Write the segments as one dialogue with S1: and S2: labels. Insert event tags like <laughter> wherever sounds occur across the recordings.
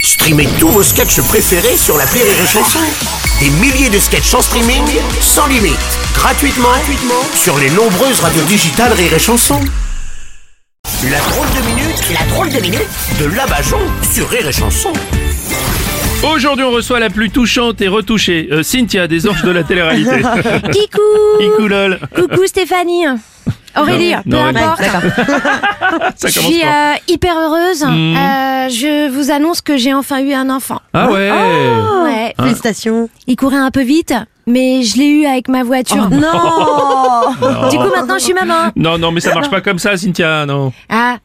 S1: Streamez tous vos sketchs préférés sur la Rire et Chanson. Des milliers de sketchs en streaming, sans limite, gratuitement, gratuitement sur les nombreuses radios digitales Rire et Chanson. La drôle de minute, la drôle de minute de Labajon sur Rire et Chanson.
S2: Aujourd'hui, on reçoit la plus touchante et retouchée, euh, Cynthia des Anges de la <laughs> télé-réalité.
S3: Kikou
S2: Kikou lol.
S3: Coucou Stéphanie Aurélie, peu
S2: non, Aurélie.
S3: importe. <laughs>
S2: Ça
S3: je
S2: commence Mm.
S3: suis
S2: fort.
S3: euh, hyper heureuse. Euh, je vous annonce que j'ai enfin eu un enfant.
S2: Ah ouais
S3: Ouais.
S2: Ah.
S4: Félicitations.
S3: Il courait un peu vite, mais je l'ai eu avec ma voiture.
S2: Oh. <laughs>
S4: Non
S3: Du coup, maintenant, je suis maman.
S2: Non, non, mais ça marche pas comme ça, Cynthia, non.
S3: Ah.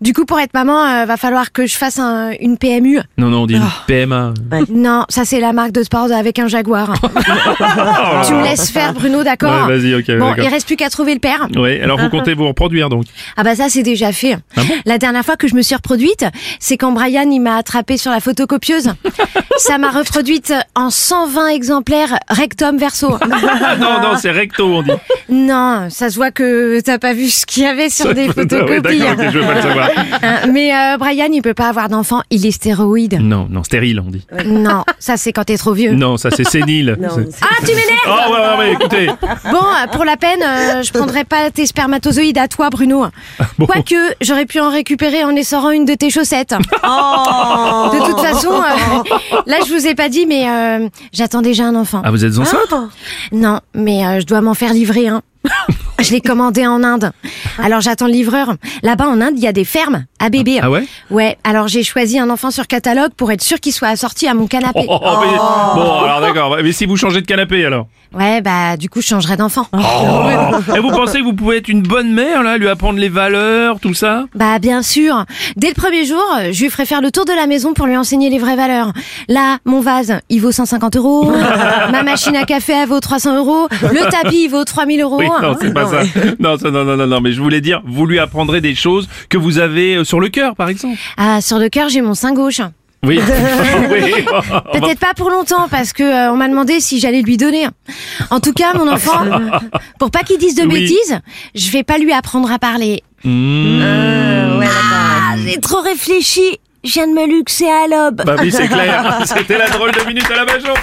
S3: Du coup, pour être maman, euh, va falloir que je fasse un- une PMU.
S2: Non, non, on dit une PMA.
S3: Non, ça c'est la marque de sport avec
S2: <laughs>
S3: un jaguar. tu me laisses faire, Bruno, d'accord
S2: Ouais, vas-y, ok,
S3: Bon,
S2: d'accord.
S3: il reste plus qu'à trouver le père.
S2: Oui, alors vous comptez vous reproduire donc.
S3: Ah bah ça c'est déjà fait.
S2: Ah
S3: la dernière fois que je me suis reproduite, c'est quand Brian il m'a attrapée sur
S2: <laughs>
S3: la photocopieuse. ça m'a reproduite en 120 exemplaires
S2: <laughs>
S3: rectum verso.
S2: Ah non, non, c'est recto, <laughs> on dit.
S3: non, ça se voit que t'as pas vu ce qu'il y avait sur des
S2: Ah Ouais,
S3: photocopies.
S2: d'accord, ok, je veux pas le savoir.
S3: Hein, Mais euh, Brian il peut pas avoir d'enfant, il est stéroïde.
S2: <laughs> Non, non, stérile, on dit.
S3: non, ça c'est quand t'es trop vieux.
S2: Non, ça c'est sénile.
S4: Non,
S2: C'est-
S3: Ah
S2: <laughs>
S3: tu m'énerves
S2: Oh, ouais, ouais, ouais, écoutez.
S3: Bon, euh, pour la peine, euh, je prendrai pas tes spermatozoïdes à toi, Bruno.
S2: Ah bon.
S3: Quoique, j'aurais pu en récupérer en essorant une de
S2: <laughs>
S3: tes chaussettes. De
S2: Oh.
S3: toute façon, euh, <laughs> là, je vous ai pas dit, mais euh, j'attends déjà un enfant.
S2: Ah, vous êtes enceinte
S3: Non, mais euh, je dois m'en faire
S2: <laughs>
S3: livrer un. Je l'ai commandé en Inde. Alors j'attends le livreur. Là-bas en Inde, il y a des fermes à bébé.
S2: Ah ouais
S3: Ouais, alors j'ai choisi un enfant sur catalogue pour être sûr qu'il soit assorti à mon
S2: Oh,
S3: canapé.
S2: oh, oh, mais- Bon, alors d'accord. Mais si vous changez de canapé alors
S3: Ouais, bah du coup, je changerai d'enfant.
S2: Oh. Et vous pensez que vous pouvez être une bonne mère là, lui apprendre les valeurs, tout ça
S3: Bah bien sûr. Dès le premier jour, euh, je lui ferai faire le tour de la maison pour lui enseigner les vraies valeurs. Là, mon vase, il vaut 150 <laughs> euros. Ma machine à café, elle vaut 300 euros. Le tapis, il vaut 3000 euros. Hein.
S2: Oui, non, c'est pas ça. Non, ça, non, non, non, non, mais je voulais dire, vous lui apprendrez des choses que vous avez euh, sur le cœur, par exemple.
S3: Ah, sur le cœur, j'ai mon sein gauche.
S2: Oui. <laughs> oui.
S3: Peut-être pas pour longtemps parce que euh, on m'a demandé si j'allais lui donner. En tout cas, mon <laughs> enfant, euh, pour pas qu'il dise de
S2: Oui.
S3: bêtises, je vais pas lui apprendre à parler.
S2: Mmh.
S3: Ah, j'ai trop réfléchi. Je viens de me luxer à l'aube.
S2: Bah oui, c'est clair. C'était la drôle de minute à la Bajon.